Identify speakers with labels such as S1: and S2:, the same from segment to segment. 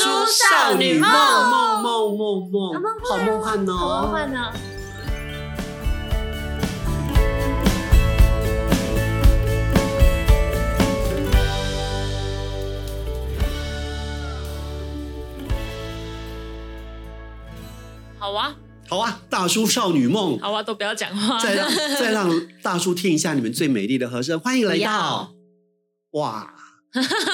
S1: 少女梦
S2: 梦梦梦
S1: 啊
S2: 梦
S1: 梦，
S2: 好梦幻哦！
S1: 好梦幻呢。
S3: 好啊，
S2: 好啊，大叔少女梦，
S3: 好啊，都不要讲话。
S2: 再让再让大叔听一下你们最美丽的和声，欢迎来到哇，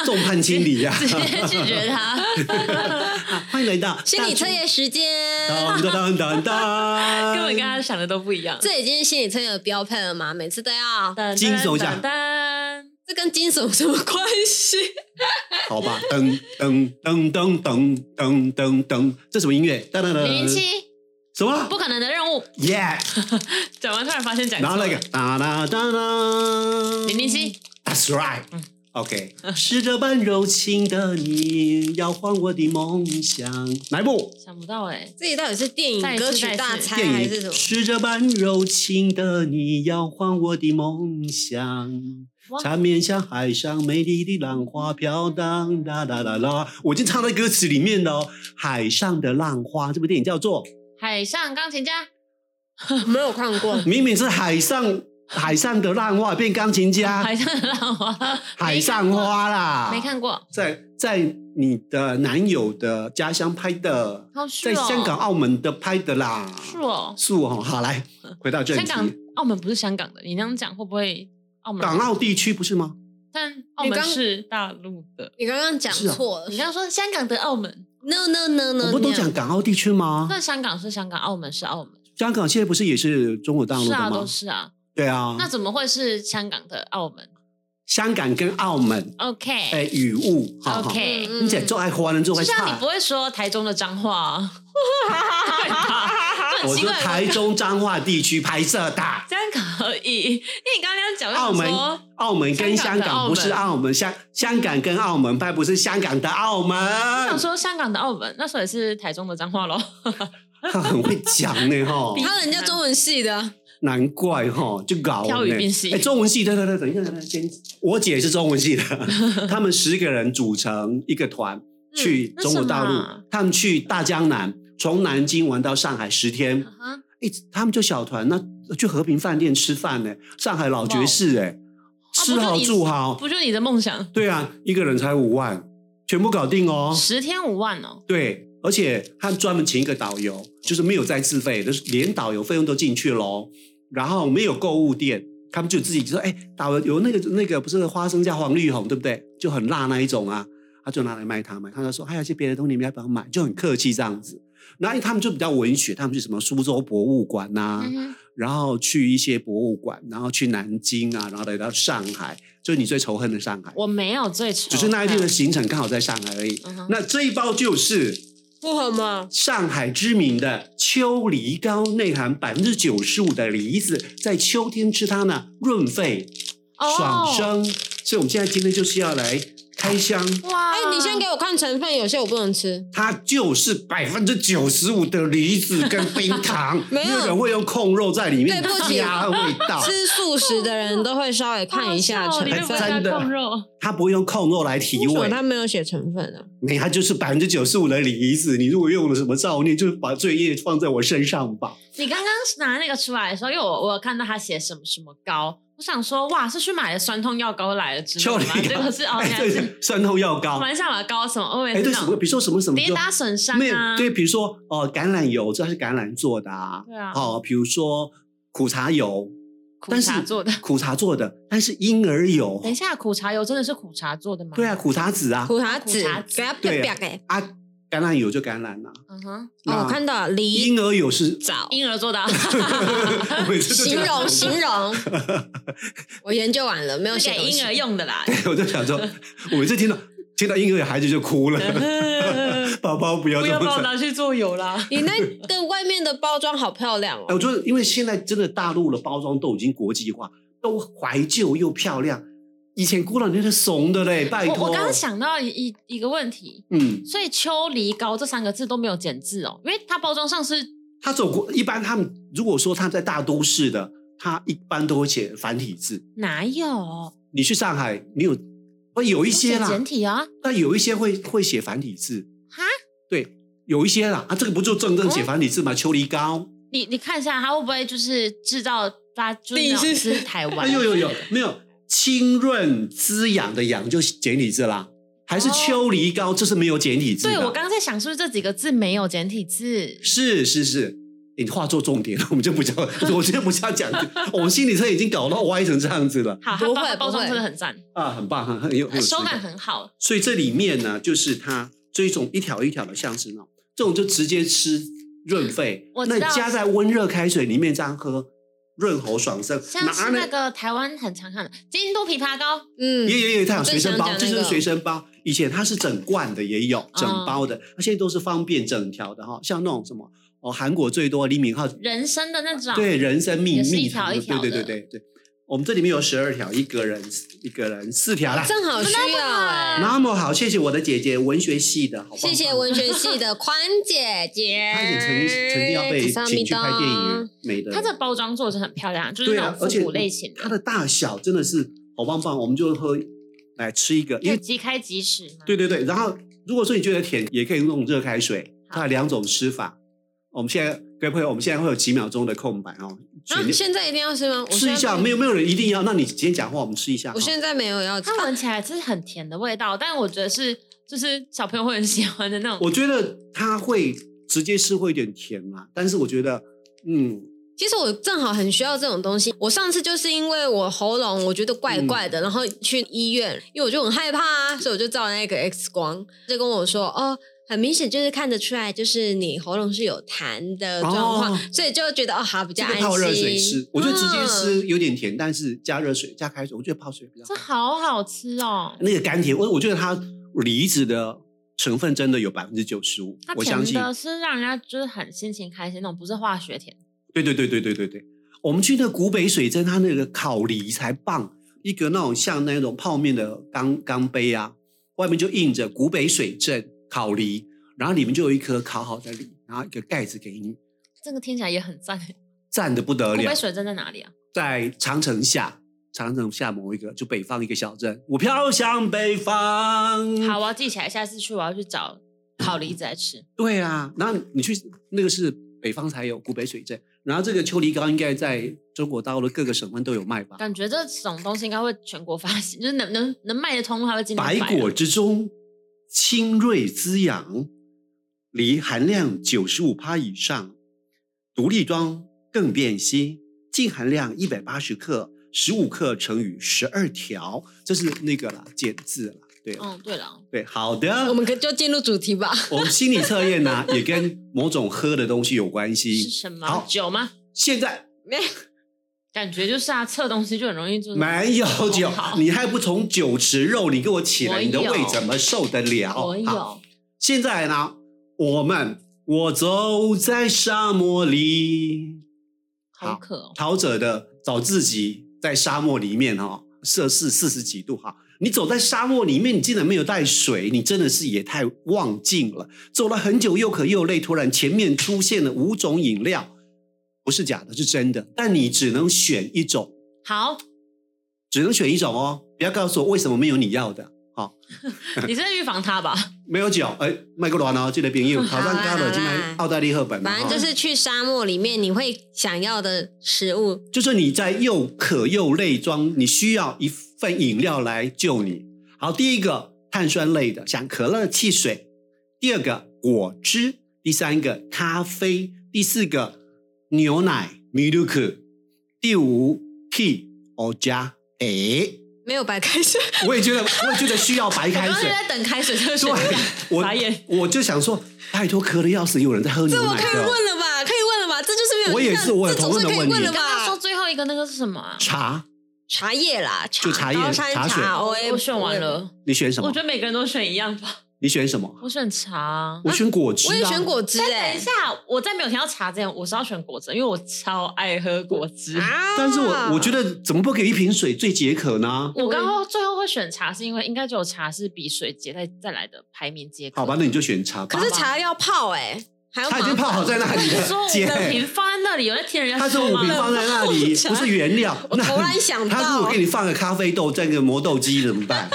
S2: 众叛亲离呀、
S3: 直接拒绝他。
S2: 啊！欢迎来到
S1: 心理测
S2: 验，
S1: 验时间，
S2: 当当 当当，
S3: 根本跟他想的都不一样。
S1: 这已经是心理测验的标配了嘛？每次都要，
S3: 噔
S2: 惊悚一下
S3: 噔噔
S1: 这跟惊悚有什么关系？
S2: 好吧，噔噔噔噔噔噔噔噔，这什么音乐？噔噔
S3: 噔零零
S2: 噔，
S3: 七，
S2: 什么
S3: 不可能的任务。
S2: ？Yeah，
S3: 讲完突然发现讲错
S2: 然后那个哒哒哒哒，
S3: 零零七，
S2: That's right. OK，试着扮柔情的你，摇晃我的梦想。哪一部
S3: 想不到哎，
S1: 自己到底是电影歌曲大猜
S2: 电
S1: 还
S2: 影
S1: 是什？么？
S2: 试着扮柔情的你，摇晃我的梦想
S3: 哇。
S2: 缠绵像海上美丽的浪花飘荡，啦啦啦啦！我已经唱在歌词里面了哦，《海上的浪花》这部电影叫做，
S3: 海上钢琴家。
S1: 没有看过，
S2: 明明是海上海上的浪花变钢琴家，
S3: 海上的浪花，
S2: 海上花啦，
S3: 没看过，
S2: 在在你的男友的家乡拍的，
S3: 好是
S2: 在
S3: 哦
S2: 香港、澳门的拍的啦。
S3: 是哦。
S2: 是哦，好来，回到正
S3: 香
S2: 题，
S3: 港、澳门不是香港的，你那样讲会不会澳门？
S2: 港澳地区不是吗？
S3: 但澳
S1: 你
S3: 门
S1: 刚
S3: 是大陆的。
S1: 你刚刚讲错了
S3: 你。刚刚说香港的澳门，
S1: No no no no，
S2: 啊我不都讲港澳地区吗？
S3: 那香港是香港，澳门是澳门，
S2: 香港现在不是也是中国大陆
S3: 是
S2: 的吗
S3: 啊，都？是啊。
S2: 对啊，
S3: 那怎么会是香港的澳门
S2: 香港跟澳门，哎，
S3: ？OK
S2: 语误，好好。
S1: 嗯
S3: OK，
S1: 嗯
S2: 你讲做爱华人做爱
S3: 就像你
S2: 差
S3: 不，会说台中的脏话啊，对吧？就
S2: 我
S3: 很奇
S2: 是
S3: 怪。
S2: 台中彰化地区拍摄的。
S3: 香港而已，因为你刚刚那样讲，
S2: 澳
S3: 我
S2: 门
S3: 想说，
S2: 澳门跟香
S3: 香港的
S2: 港
S3: 澳
S2: 不
S3: 门
S2: 是澳门，香香港跟澳门拍不是香港的澳门。
S3: 我想说香港的澳门，那时候也是台中的脏话喽。
S2: 他很会讲呢 哈，
S1: 嗯他人家中文系的啊，
S2: 难怪
S3: 嗯
S2: 哈就搞呢。
S3: 跳语并系
S2: 哎，中文系，对对对，等一下，等一下，先，我姐是中文系 的，他们十个人组成一个团去中国大
S3: 嗯那什
S2: 陆
S3: 么，啊
S2: 他们去大江南，从南京玩到上海十天，哎，他们就小团，那去和平饭店吃饭呢，上海老爵士哎，吃
S3: 哦不
S2: 好
S3: 就你
S2: 住好，
S3: 不就你的梦想？
S2: 对啊，一个人才五万，全部搞定哦。
S3: 十天五万哦，
S2: 对，而且他专门请一个导游，就是没有再自费，就是连导游费用都进去喽。然后没有购物店，他们就自己就说：“哎，导游那个那个不是花生叫黄绿红，对不对？就很辣那一种啊。”他就拿来卖他们，他就说：“还有一些别的东西，你们要不要买？”就很客气这样子。然后他们就比较文学，他们去什么苏州博物馆呐、
S3: 嗯哼
S2: 然后去一些博物馆，然后去南京啊，然后来到上海，就是你最仇恨的上海。
S3: 我没有最丑，
S2: 只是那一天的行程刚好在上海而已。
S3: 嗯哼
S2: 那这一包就是
S1: 不好嘛？
S2: 上海知名的秋梨膏内含百分之九十五的梨子，在秋天吃它呢，润肺
S3: 哦
S2: 爽身。所以我们现在今天就是要来开箱，
S3: 哇！
S1: 哎，你先给我看成分，有些我不能吃。，
S2: 它就是百分之九十五的梨子跟冰糖
S1: 没有
S2: 人会用控肉在里面
S1: 对不起
S2: 加味道，
S1: 吃素食的人都会稍微看一下成
S3: 好笑哦里面不
S1: 分
S2: 啊哎，
S3: 加
S2: 真的
S3: 控肉，
S2: 它不会用控肉来提
S1: 为什么
S2: 味，
S1: 他没有写成分啊？
S2: 没，它就是百分之九十五的梨子。你如果用了什么造孽，就把罪业放在我身上吧。
S3: 你刚刚拿那个出来的时候，因为我我有看到他写什么什么膏，我想说哇，是去买的酸痛药膏来了之
S2: 秋
S3: 类
S2: 梨
S3: 的吗？结
S2: 膏
S3: 果是哦，
S2: 哎
S3: 原来
S2: 对
S3: 是
S2: 酸痛药膏，
S3: 玩笑把膏什么，我以
S2: 哎，
S3: 为是
S2: 对
S3: 那
S2: 什么，
S3: 种
S2: 比如说什么什么
S3: 跌
S2: 就
S3: 打损伤
S2: 没有
S3: 啊，
S2: 对，比如说哦、橄榄油，这是橄榄做的啊，
S3: 对啊
S2: 哦，比如说苦茶油，
S3: 苦
S2: 但是
S3: 茶做的。
S2: 苦茶做的，但是婴儿油
S3: 等，一下，苦茶油真的是苦茶做的吗？
S2: 对啊，，苦茶籽啊，
S1: 苦茶籽
S3: 苦茶，籽
S1: 给它
S2: 对
S1: 啪啪
S2: 啊
S1: 给。
S2: 啊，橄榄油就橄榄啊，
S3: 嗯哼，
S1: 哦，我看
S2: 到
S1: 到了梨
S2: 婴儿油 是
S1: 枣，
S3: 婴儿做的啊，
S2: 我就觉
S1: 形
S2: 得
S1: 容形容。 我研究完了，没有
S3: 是
S1: 写
S3: 给
S1: 东西
S3: 婴儿。用的啦。
S2: 我就想说，我每次听到听到婴儿油，孩子就哭 了， 宝宝不要
S3: 嗯不
S2: 这
S3: 要把我
S2: 么。
S3: 拿去做油啦。
S1: 你那个外面的包装好漂亮
S2: 哎，
S1: 哦
S2: 我，觉得因为现在真的大陆的包装都已经国际化，都怀旧又漂亮。以前姑娘那是怂的嘞，拜
S3: 我
S2: 托。
S3: 我刚刚想到一一一个问题，
S2: 嗯，
S3: 所以“秋梨膏”这三个字都没有简字哦，因为它包装上是
S2: 他走过一般，他们如果说他在大都市的，他一般都会写繁体字。
S3: 哪有？
S2: 你去上海，你有会有一些
S3: 都写
S2: 啦
S3: 简，体啊，
S2: 但有一些会会写繁体字
S3: 哈。哦
S2: 对，有一些啦，啊，这个不就正正写繁体字嘛，秋梨膏，
S3: 你你看一下，它会不会就是制造它就是那种
S1: 你是
S3: 是台
S2: 啊，
S3: 湾？
S2: 有有有，没有清润滋养的养就简体字啦，还是
S3: 哦
S2: 秋梨膏，这是没有简体字的。
S3: 对我刚刚在想，是不是这几个字没有简体字？
S2: 是是是，哎诶你话做重点， 我们就不 讲，我今天不是要讲，我们心理测已经搞到歪成这样子了
S3: 好，它
S1: 不
S3: 包
S1: 会
S3: 包
S1: 不
S3: 装
S1: 会
S3: 真的很赞，
S2: 啊，很棒，很很有很有质
S3: 手感很好。
S2: 所以这里面呢，就是它这种一条一条的像是那种，这种就直接吃润肺，
S3: 我
S2: 那
S3: 知道
S2: 加在温热开水里面这样喝，润喉爽身，
S3: 像是
S2: 拿
S3: 那个台湾很常看的京都枇杷膏，
S1: 嗯，
S2: 也也有它有随身包，
S1: 我正
S2: 这
S1: 想讲那
S2: 就
S1: 个
S2: 是随身包。以前它是整罐的也有，
S3: 嗯
S2: 整包的，那现在都是方便整条的哈。像那种什么哦，韩国最多李敏镐
S3: 人参的那种，
S2: 对人参蜜
S3: 也是
S2: 蜜
S3: 一条
S2: 糖的
S3: 一条
S2: 对对
S3: 的
S2: 对对对。我们这里面有十二条，一个人一个人四条啦。
S1: 正好需要
S3: 啊
S1: 哎、
S2: 那么好，谢谢我的姐姐，文学系的，好棒棒
S1: 谢谢文学系的宽姐姐，
S2: 她也曾曾经要
S1: 哎
S2: 被请去拍
S1: 啊
S2: 电影，美的。
S3: 它这包装做的很漂亮，就是
S2: 对
S3: 那
S2: 啊
S3: 种，
S2: 而且
S3: 复古类型
S2: 它
S3: 的，
S2: 的大小真的是好棒棒，我们就喝来吃一个，因
S3: 就
S2: 为
S3: 即开即食嘛。
S2: 对对对，然后如果说你觉得甜，也可以用热开水，它有两种吃法。我们现在各位朋友，我们现在会有几秒钟的空白哦，
S1: 啊
S2: 选一
S1: 现在一定要吃吗？我
S2: 吃一
S1: 现在
S2: 下，
S1: 没
S2: 没有没有人一定要，那你今天讲话，我们吃一下。
S1: 我现在没有要吃
S3: 它。闻起来是很甜的味道，但我觉得是就是小朋友会很喜欢的那种。
S2: 我觉得它会直接吃会有点甜嘛，但是我觉得，嗯，
S1: 其实我正好很需要这种东西。我上次就是因为我喉咙我觉得怪怪
S2: 嗯
S1: 的，然后去医院，因为我就很害怕啊，所以我就照了那个 X 光，就跟我说哦。很明显就是看得出来，就是你喉咙是有痰的状况，
S2: 哦
S1: 所以就觉得哦，好比
S2: 这
S1: 较
S2: 个
S1: 安心。
S2: 泡热水吃，我觉得直接
S1: 嗯、
S2: 吃有点甜，但是加热水加开水，我觉得泡水比较
S3: 这
S2: 好。
S3: 好好吃哦，
S2: 那个甘甜，我我觉得它梨子的成分真的有百分之九十五
S3: 它，
S2: 我相
S3: 甜
S2: 信。
S3: 的是让人家就是很心情开心那种，不是化学甜。
S2: 对对对对对对对，我们去那个古北水镇，它那个烤梨才棒，一个那种像那种泡面的钢钢杯啊，外面就印着古北水镇烤梨，然后里面就有一颗烤好的梨，然后一个盖子给你，
S3: 这个听起来也很赞。
S2: 赞的不得
S3: 湖
S2: 了
S3: 北。水镇在哪里啊？
S2: 在长城下，长城下某一个就北方一个小镇，我飘向北方。
S3: 好，，我要记起来，下次去我要去找烤梨子来吃。
S2: 对啊，然后你去那个是北方才有古北水镇，然后这个秋梨膏应该在中国大陆的各个省份都有卖吧？
S3: 感觉这种东西应该会全国发行，就是能能能卖得通，它会尽量
S2: 百
S3: 卖啊
S2: 果之中，清锐滋养，梨含量九十五帕以上，独立装更辨析，净含量一百八十克，十五克乘以十二条，这是那个啦，减字啦，对啦
S3: 嗯，对了，
S2: 对，好的，
S1: 我们可就进入主题吧。
S2: 我们心理测验呢、也跟某种喝的东西有关
S3: 是
S2: 系。
S3: 什么
S2: 好
S3: 酒吗？
S2: 现在
S1: 没有
S3: 感觉就是啊，测东西就很容 易就是
S2: 没有 酒
S3: 哦好，
S2: 你还不从酒池肉林给我起来，
S3: 我
S2: 你的
S3: 有
S2: 胃怎么受得了？
S3: 我
S2: 好
S3: 有，
S2: 现在呢，我们我走在沙漠里，
S3: 好渴哦。
S2: 陶喆的找自己在沙漠里面哦，摄氏四十几度哈。你走在沙漠里面，你竟然没有带水，你真的是也太忘尽了。走了很久，又渴又累，突然前面出现了五种饮料，不是假的，是真的。但你只能选一种，
S3: 好，
S2: 只能选一种哦。不要告诉我为什么没有你要的，好、
S3: 你是在预防它吧？
S2: 没有酒，哎，麦克罗呢？这个 朋友考上高
S1: 好啦啊
S2: 了，进来澳大利亚本嘛，
S1: 反正
S2: 哈
S1: 就是去沙漠里面，你会想要的食物，
S2: 就是你在又渴又累中，你需要一份饮料来救你。好，第一个碳酸类的，像可乐、汽水；第二个果汁；第三个咖啡；第四个牛奶 （milk）；第五 tea 哦加诶，
S1: 没有白开水。
S2: 我也觉得，我也觉得需要白
S3: 我
S2: 开
S3: 刚才
S2: 水。
S3: 在等开水这个 选项
S2: 对，，我
S3: 傻眼
S2: 我就想说，拜托，渴的要死，有人在喝牛
S1: 这我
S2: 奶
S1: 可以
S2: 的
S1: 问了吧？可以问了吧？这就是没有。
S2: 我也
S1: 那
S2: 是我有
S1: 这
S2: 同
S1: 总是
S2: 样的
S1: 可以问
S2: 问题
S1: 了
S3: 刚刚说
S1: 吧？
S3: 最后一个那个是什么啊？
S2: 茶，
S1: 茶叶啦，茶
S2: 就茶叶
S1: 高山
S2: 茶水
S1: 茶，我
S3: 我哦选完。了，
S2: 你选什
S3: 我
S2: 么
S3: 觉？得每个人都选一样吧。
S2: 你选什么？
S3: 我选茶啊。
S2: 我选果汁、啊，
S1: 我也选果汁
S3: 等
S1: 哎
S3: 一下，我在没有听到茶之前，我是要选果汁，因为我超爱喝果汁。
S1: 啊！
S2: 但是我我觉得怎么不给一瓶水最解渴呢？
S3: 我刚刚最后会选茶，是因为应该只有茶是比水解再再来的排名解渴。
S2: 好吧，那你就选茶吧。
S1: 可是茶要泡哎，还要
S2: 它已
S1: 麻
S2: 经泡
S1: 烦
S2: 好在那里
S3: 你
S2: 了，
S3: 说
S2: 姐
S3: 五，个瓶放在那里，有在听人家
S2: 它是
S3: 说
S2: 五
S3: 吗？
S2: 瓶放在那里，
S1: 茶
S2: 不是原料。
S1: 我
S2: 那
S1: 突然想到
S2: 它如果给你 放个咖啡豆，蘸个磨豆机怎么办？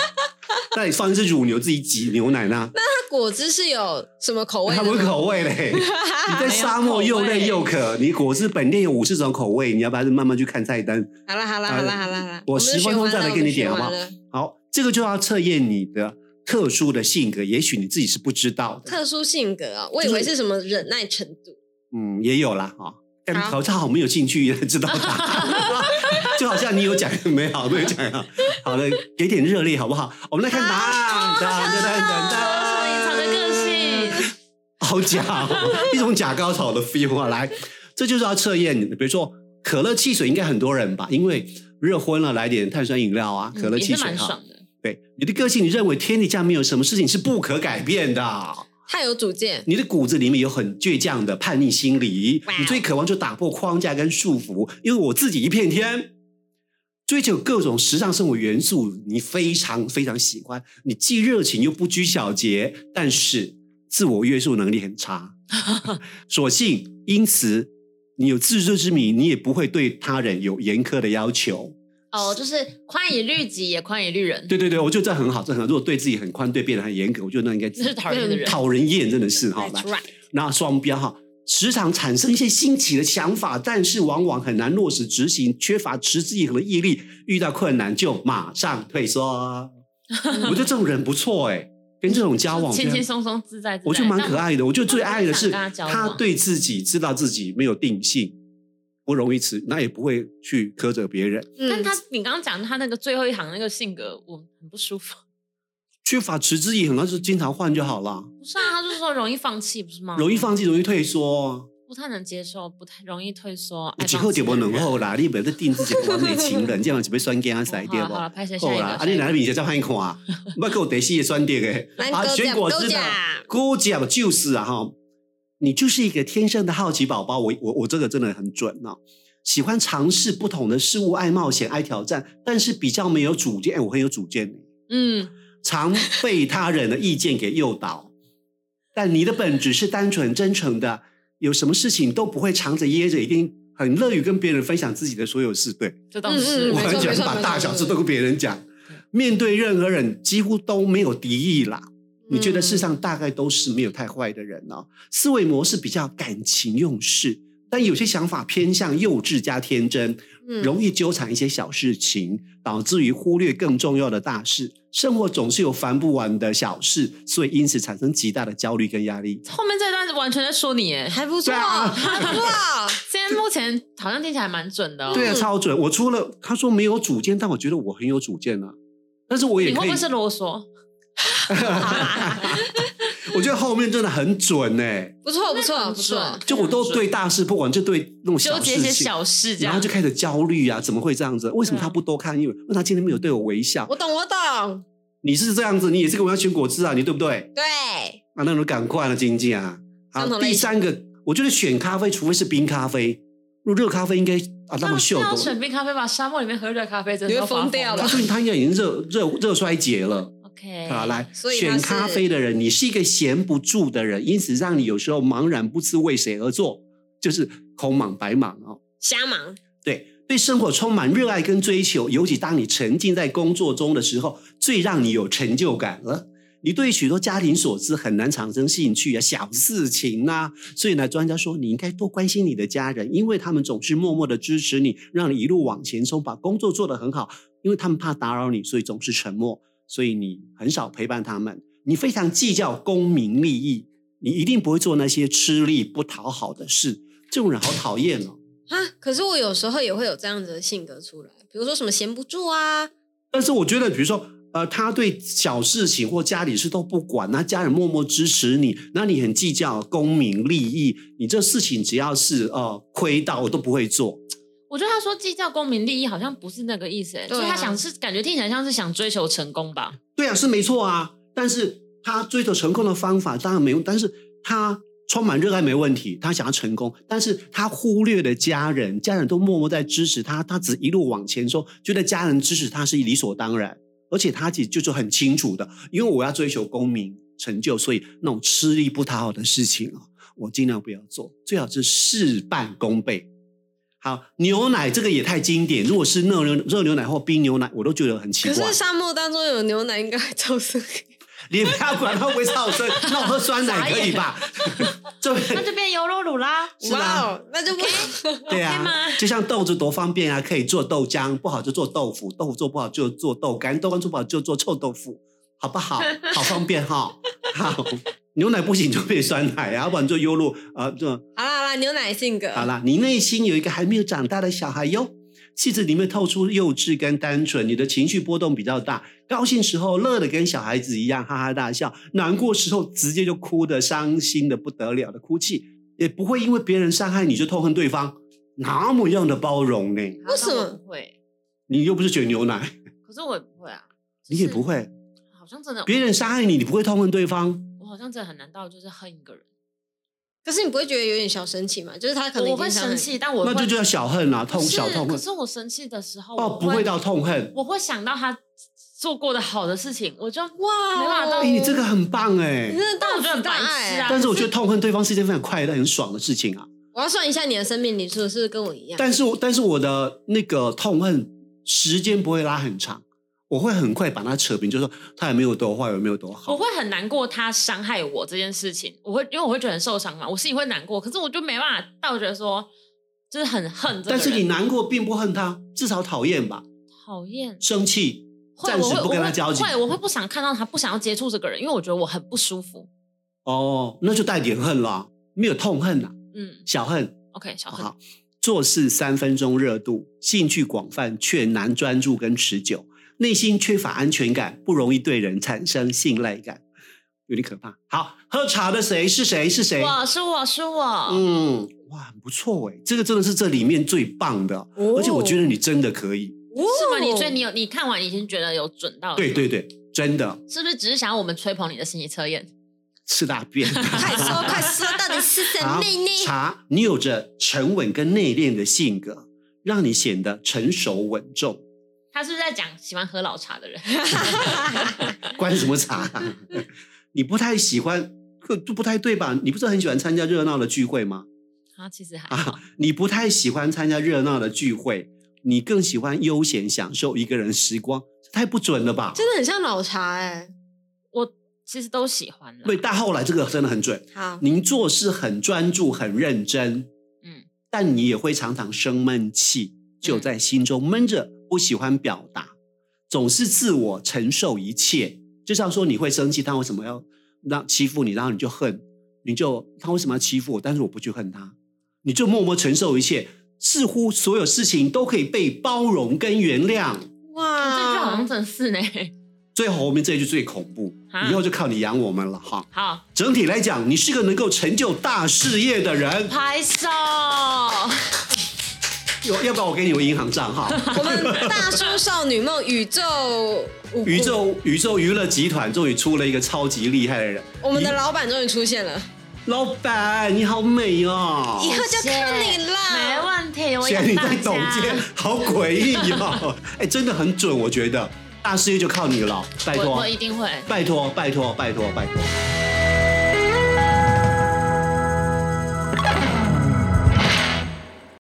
S2: 那你放一只乳牛自己挤牛奶呢？
S1: 那果汁是有什么口味
S2: 它
S1: 的
S2: 不是
S1: 吗？
S2: 口味嘞，你在沙漠又
S3: 没
S2: 累
S3: 有
S2: 又渴，你果汁本店有五十种口味，你要不要慢慢去看菜单？
S1: 好啦好啦好啦好啦好啦，
S2: 我
S1: 们
S2: 十分钟
S1: 学完
S2: 再来
S1: 了
S2: 给
S1: 我
S2: 你
S1: 们学
S2: 点好不
S1: 完
S2: 好
S1: 了
S2: 好，这个就要测验你的特殊的性格，也许你自己是不知道的，
S1: 特殊性格啊，我以
S2: 就是
S1: 为是什么忍耐程度。
S2: 嗯，也有啦啊。但
S1: 好
S2: 考察好没有兴趣，知道答案就好像你有讲没有？没有讲啊。好的，给点热烈好不好？我们来看答案。
S1: 好
S2: 哒哒哒哒哒
S3: 隐藏的个性，
S2: 好假、哦，一种假高潮的 feel 啊！来，这就是要测验你的，比如说可乐、汽水，应该很多人吧，因为热昏了来点碳酸饮料啊，可乐、
S3: 嗯也
S2: 汽
S3: 是
S2: 水
S3: 蛮
S2: 哈、
S3: 爽的。
S2: 对，你的个性，你认为天底下没有什么事情是不可改变的。啊
S1: 太有主见，
S2: 你的骨子里面有很倔强的叛逆心理
S1: 哇哦，
S2: 你最渴望就打破框架跟束缚，因为我自己一片天，追求各种时尚生活元素，你非常非常喜欢，你既热情又不拘小节，但是自我约束能力很 差，所幸因此你有自知之明，你也不会对他人有严苛的要求。
S3: 哦，就是宽以律己，也宽以律人，
S2: 对对对，我觉得这很好，这很好。如果对自己很宽，对别人很严格，我觉得那应该
S3: 这是讨厌的人。
S2: 讨人厌，真的是哈。来
S3: That's right，
S2: 那双标哈，时常产生一些新奇的想法，但是往往很难落实执行，缺乏持之以恒的毅力，遇到困难就马上退 缩。我觉得这种人不错哎、跟这种交往，
S3: 轻轻松松自在自在，
S2: 我觉得蛮可爱
S3: 啊
S2: 的。我觉得最爱的是
S3: 但我不想跟他交
S2: 他
S3: 往
S2: 对自己知道自己没有定性，不容易吃，那也不会去苛责别人，
S3: 但
S1: 嗯，
S3: 他，你刚刚讲他那个最后一行那个性格，我很不舒服。
S2: 缺乏持之以恒，那就是经常换就好了，
S3: 不是啊，他就是说容易放弃，不是吗？
S2: 容易放弃，容易退缩。
S3: 不太能接受，不太容易退缩。
S2: 有
S3: 爱
S2: 几
S3: 哎放
S2: 后
S3: 弃
S2: 点不
S3: 的
S2: 能
S3: 人
S2: 后啦，你不要再定自己的完美情 人，这样只会酸给他塞
S3: 好
S2: 掉
S3: 了
S2: 不
S3: 哦好？了，拍摄下
S2: 好
S3: 一个。
S2: 啦，啊
S3: 下
S2: 你
S3: 一
S2: 来
S3: 个
S2: 面才看看 啊，不给我第四个选择的
S1: 来
S2: 啊，
S1: 勾
S2: 选
S1: 奖
S2: 果
S1: 勾
S2: 汁
S1: 奖
S2: 吧，果奖就是啊哈，你就是一个天生的好奇宝宝，我我我这个真的很准啊。喜欢尝试不同的事物，爱冒险，爱挑战，但是比较没有主见。哎，我很有主见，
S3: 嗯，
S2: 常被他人的意见给诱导。但你的本质是单纯真诚的，有什么事情都不会藏着掖着，一定很乐于跟别人分享自己的所有事。对，
S3: 这倒
S1: 嗯嗯
S3: 是
S2: 我
S1: 没错
S2: 很
S1: 没
S2: 喜欢
S1: 错
S2: 把
S1: 没错
S2: 大小事都跟别人讲
S3: 嗯，
S2: 面对任何人几乎都没有敌意啦。
S1: 嗯
S2: 你觉得世上大概都是没有太坏的人哦，思维模式比较感情用事，但有些想法偏向幼稚加天真，
S1: 嗯
S2: 容易纠缠一些小事情，导致于忽略更重要的大事。生活总是有烦不完的小事，所以因此产生极大的焦虑跟压力。
S3: 后面这段完全在说你耶。
S1: 还不错，
S2: 对啊
S1: 还不错。
S3: 现在目前好像听起来蛮准的、哦。
S2: 对啊，
S1: 嗯
S2: 超准！我除了他说没有主见，但我觉得我很有主见啊。但是我也
S3: 你
S2: 可
S3: 会
S2: 以
S3: 不会是啰嗦？
S2: 我觉得后面真的很准呢、
S1: 不错，不错，
S3: 很
S1: 不错
S3: 准。
S2: 就我都对大事不管，就对那种
S3: 纠
S2: 小
S3: 结
S2: 事
S3: 一些
S2: 情，
S3: 小事这
S2: 然后
S3: 样嗯
S2: 就。开始焦虑啊，怎么会这样子？为什么他不多看一眼？为什么他今天没有对我微笑
S1: 我？懂，我懂。
S2: 你是这样子，你也是跟我要选果汁啊，你对不对？
S1: 对，
S2: 啊，那你赶快了，经济啊！好
S1: 相，同类
S2: 第
S1: 型
S2: 三个，我觉得选咖啡，除非是冰咖啡，如果热咖啡应该啊那么秀
S3: 那要
S2: 多。
S3: 选冰咖啡吧，沙漠里面喝热咖啡真的
S1: 你会
S3: 要发
S1: 疯掉
S2: 他
S1: 吧
S2: 最近他应该已经热热热衰竭了。
S3: OK，
S2: 好，来
S1: 所以他
S2: 选
S1: 是
S2: 咖啡的人，你是一个闲不住的人，因此让你有时候茫然不知为谁而做，就是空忙白忙哦。
S1: 瞎忙。
S2: 对，对生活充满热爱跟追求，尤其当你沉浸在工作中的时候，最让你有成就感了。你对许多家庭琐事很难产生兴趣啊，小事情呐、所以呢，专家说你应该多关心你的家人，因为他们总是默默的支持你，让你一路往前冲，把工作做得很好。因为他们怕打扰你，所以总是沉默，所以你很少陪伴他们。你非常计较功名利益，你一定不会做那些吃力不讨好的事。这种人好讨厌哦。
S1: 啊，可是我有时候也会有这样子的性格出来，比如说什么闲不住啊，
S2: 但是我觉得，比如说，呃，他对小事情或家里事都不管，那家人默默支持你，那你很计较功名利益，你这事情只要是呃亏到，我都不会做。
S3: 我觉得他说计较公民利益好像不是那个意思耶，
S1: 对啊
S3: 所以他想是感觉听起来像是想追求成功吧？
S2: 对啊，是没错啊，但是他追求成功的方法当然没用，但是他充满热爱没问题，他想要成功，但是他忽略了家人，家人都默默在支持他，他只一路往前冲，觉得家人支持他是理所当然，而且他其实就是很清楚的，因为我要追求功名成就，所以那种吃力不讨好的事情啊，我尽量不要做，最好是事半功倍。好，牛奶这个也太经典。如果是热牛热牛奶或冰牛奶，我都觉得很奇
S1: 可
S2: 怪。
S1: 是沙漠当中有牛奶应该会造成
S2: 你不要管它会不会超 声，那我喝酸奶可以吧？这
S3: 那就变优酪 乳啦。
S2: 是吧？
S1: 哦，那就不
S2: 对
S3: OK 吗
S2: 啊，就像豆子多方便啊，可以做豆浆，不好就做豆腐，豆腐做不好就做豆干，豆干做不好就做臭豆腐，好不 好？好方便哈、好，牛奶不行就变酸奶啊，要不然就优酪啊，这、
S1: 好啦好啦，牛奶性格
S2: 好啦，你内心有一个还没有长大的小孩哟，气质里面透出幼稚跟单纯，你的情绪波动比较大，高兴时候乐的跟小孩子一样哈哈大笑，难过时候直接就哭的伤心的不得了的哭泣，也不会因为别人伤害你就痛恨对方，那么样的包容呢？
S1: 为什么
S3: 啊那我不会？
S2: 你又不是卷牛奶，
S3: 可是我也不会啊。就
S2: 你
S3: 是
S2: 也不，会，
S3: 好像真的，
S2: 别人伤害你，你不会痛恨对方。
S3: 我好像真的很难到就是恨一个人。
S1: 可是你不会觉得有点小生气吗？就是他可能已
S3: 我
S1: 经
S3: 会
S1: 伤
S3: 生
S1: 害
S3: 气，但我
S2: 那就
S3: 会
S2: 叫小恨啦、痛
S3: 不是
S2: 小痛
S3: 可
S2: 恨
S3: 是我生气的时候，
S2: 哦，
S3: 我
S2: 不会到痛恨。
S3: 我会想到他做过的好的事情，我就
S1: 你哇，
S3: 没办法
S1: 哦
S3: 当
S2: 哎，你这个很棒哎、
S1: 你真的
S3: 但我
S1: 大
S3: 觉得
S1: 慈
S3: 很
S1: 大
S3: 白痴
S1: 爱
S3: 嗯啊
S1: 啊。
S2: 但是我觉得痛恨对方是一件非常快乐、很爽的事情啊。
S1: 我要算一下你的生命里数是不是跟我一样？
S2: 但是我但是我的那个痛恨时间不会拉很长，我会很快把它扯平，就说他也没有多坏，也没有多好。
S3: 我会很难过他伤害我这件事情，我会因为我会觉得很受伤嘛，我心里会难过，可是我就没办法倒觉得说就是很恨这个
S2: 但
S3: 人，
S2: 是你难过并不恨他，至少讨厌吧，
S3: 讨厌。
S2: 生气，
S3: 会，啊
S2: 暂
S3: 我
S2: 时
S3: 会
S2: 不跟他交集
S3: 我。会，我会不想看到他，不想要接触这个人，因为我觉得我很不舒服。
S2: 哦，那就带点恨啦，没有痛恨啦，
S3: 嗯
S2: 小恨。
S3: ，OK，小
S2: 哦好
S3: 恨，
S2: 做事三分钟热度，兴趣广泛却难专注跟持久，内心缺乏安全感，不容易对人产生信赖感，有点可怕。好，喝茶的谁是谁是谁？
S3: 我是我是我，
S2: 嗯，哇，很不错哎，这个真的是这里面最棒的，
S1: 哦
S2: 而且我觉得你真的可以。
S3: 是吗？你所以
S1: 最
S3: 你有你看完已经觉得有准
S1: 哦
S3: 到了，
S2: 哦对对对，真的
S3: 是不是只是想要我们吹捧你的心理测验？
S2: 吃大 便。
S1: 快说快说， 到底是什么
S2: 好
S1: 呢？
S2: 茶，你有着沉稳跟内敛的性格，让你显得成熟稳重。
S3: 他是不是在讲喜欢喝老茶的人？
S2: 关什么茶、 你不太喜欢，可就不太对吧？你不是很喜欢参加热闹的聚会吗？
S3: 他其实还好，
S2: 啊，你不太喜欢参加热闹的聚会，你更喜欢悠闲享受一个人时光，这太不准了吧？
S1: 真的很像老茶哎、
S3: 我其实都喜欢了
S2: 对，。但后来这个真的很准。
S1: 好，
S2: 您做事很专注、很认真，
S3: 嗯，
S2: 但你也会常常生闷气，就在心中闷着，不喜欢表达，总是自我承受一切。就像说你会生气，他为什么要让欺负你，然后你就恨，你就他为什么要欺负我？但是我不去恨他，你就默默承受一切，似乎所有事情都可以被包容跟原谅。
S3: 这
S1: 哇，
S3: 句好像真的是呢。
S2: 最后面这一句最恐怖，
S3: 啊
S2: 以后就靠你养我们了哈。
S3: 好，
S2: 整体来讲，你是个能够成就大事业的人。
S3: 拍手。
S2: 要要不要我给你们银行账 号？
S1: 我们大叔少女梦宇宙五
S2: 宇，宙宇宙娱乐集团终于出了一个超级厉害的人，
S1: 我们的老板终于出现了，
S2: 老板你好美哦！
S1: 以后就看你啦。
S3: 没问题，我
S2: 现在你
S3: 养大
S2: 在董监
S3: 家。，
S2: 好诡异哦！哎，真的很准，我觉得大事业就靠你了，拜
S3: 我
S2: 托
S3: 我，一定会。
S2: 拜托，拜托，拜托，拜托。